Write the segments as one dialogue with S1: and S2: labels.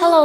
S1: Hello，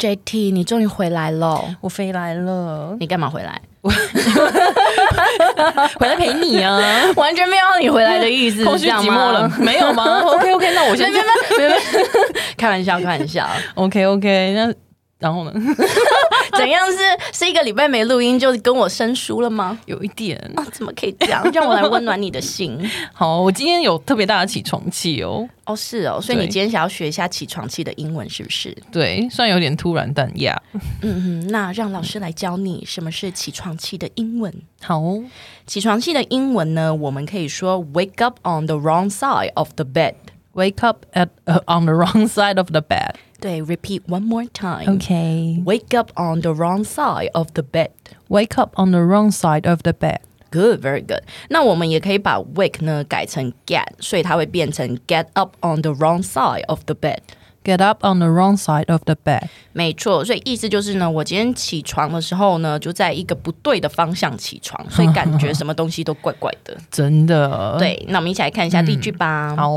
S1: JT，你终于回来喽！
S2: 我飞来了，
S1: 你干嘛回来？
S2: 回来陪你啊！
S1: 完全没有让你回来的意思，
S2: 空
S1: 是
S2: 虚
S1: 这样
S2: 寂
S1: 吗
S2: 寞了， 没有 吗？OK OK，那我
S1: 没
S2: 先
S1: 没没没没， 开玩笑开玩笑，
S2: OK OK，那然后呢？
S1: 怎样是是一个礼拜没录音就跟我生疏了吗？
S2: 有一点
S1: 啊，怎么可以这样？让我来温暖你的心。
S2: 好，我今天有特别大的起床气哦。
S1: 哦，是哦，所以你
S2: 对
S1: 今天想要学一下起床气的英文是不是？
S2: 对，虽然有点突然，但呀，
S1: 嗯嗯，那让老师来教你什么是起床气的英文。
S2: 好，
S1: 起床气的英文呢，我们可以说 wake up on the wrong side of the bed。
S2: Wake up at、on uh, the wrong side of the bed.
S1: 对，repeat one more time。
S2: Okay.
S1: Wake up on the wrong side of the bed。
S2: Wake up on the wrong side of the bed.
S1: Good, very good。那我们也可以把 wake 呢改成 get，所以它会变成 get up on the wrong side of the bed。
S2: Get up on the wrong side of the bed.
S1: 没错，所以意思就是呢，我今天起床的时候呢，就在一个不对的方向起床，所以感觉什么东西都怪怪的。
S2: 真的，，
S1: 对，那我们一起来看一下例句吧。
S2: 好。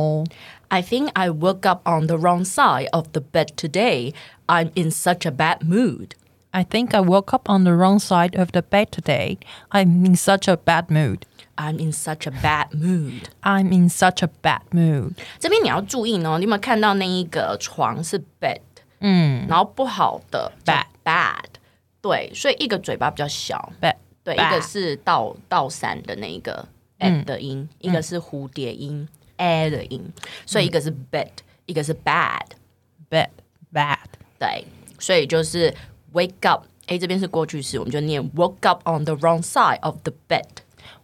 S1: I think I woke up on the wrong side of the bed today. I'm in such a bad mood.
S2: I think I woke up on the wrong side of the bed today. I'm in such a bad mood.
S1: I'm in such a bad mood.
S2: I'm in such a bad mood.
S1: 这边你要注意哦呢，你有没有看到那一个床是 bed，嗯，然后不好的
S2: bad
S1: bad，对，所以一个嘴巴比较小，
S2: Bad.
S1: 对，一
S2: bad.
S1: 个是倒倒三的那一个 at 的音，一个是蝴蝶音 a 嗯的音，所以一个是 bed，一个是 bad，
S2: bad bad.
S1: 对，所以就是 wake up。哎，这边是过去式，我们就念 woke up on the wrong side of the bed。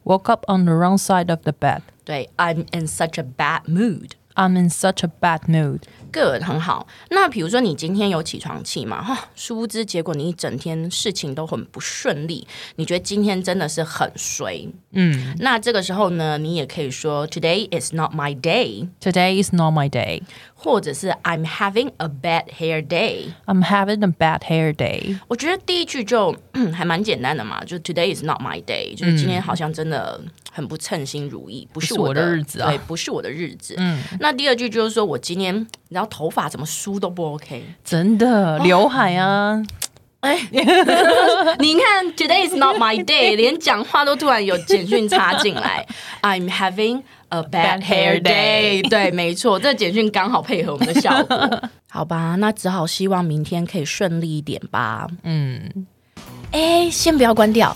S2: Woke up on the wrong side of the bed.
S1: 对，I'm in such a bad mood。
S2: I'm in such a bad mood.
S1: good 很好。那比如说你今天有起床气嘛，哈，殊不知结果你一整天事情都很不顺利，你觉得今天真的是很衰，嗯。那这个时候呢，你也可以说 Today is not my day，
S2: Today is not my day.
S1: 或者是 I'm having a bad hair day。
S2: I'm having a bad hair day.
S1: 我觉得第一句就 嗯还蛮简单的嘛，就 Today is not my day，就是
S2: 嗯
S1: 今天好像真的很不称心如意，不是
S2: 不是我
S1: 的
S2: 的日子啊
S1: 对，不是我的日子。嗯，那第二句就是说我今天，你知道头发怎么梳都不 OK，
S2: 真的，刘海啊。
S1: 你看，Today is not my day，连讲话都突然有简讯插进来。I'm having a bad
S2: Bad
S1: hair
S2: hair
S1: day。对，没错，这简讯刚好配合我们的效果。好吧，那只好希望明天可以顺利一点吧。嗯，哎，先不要关掉，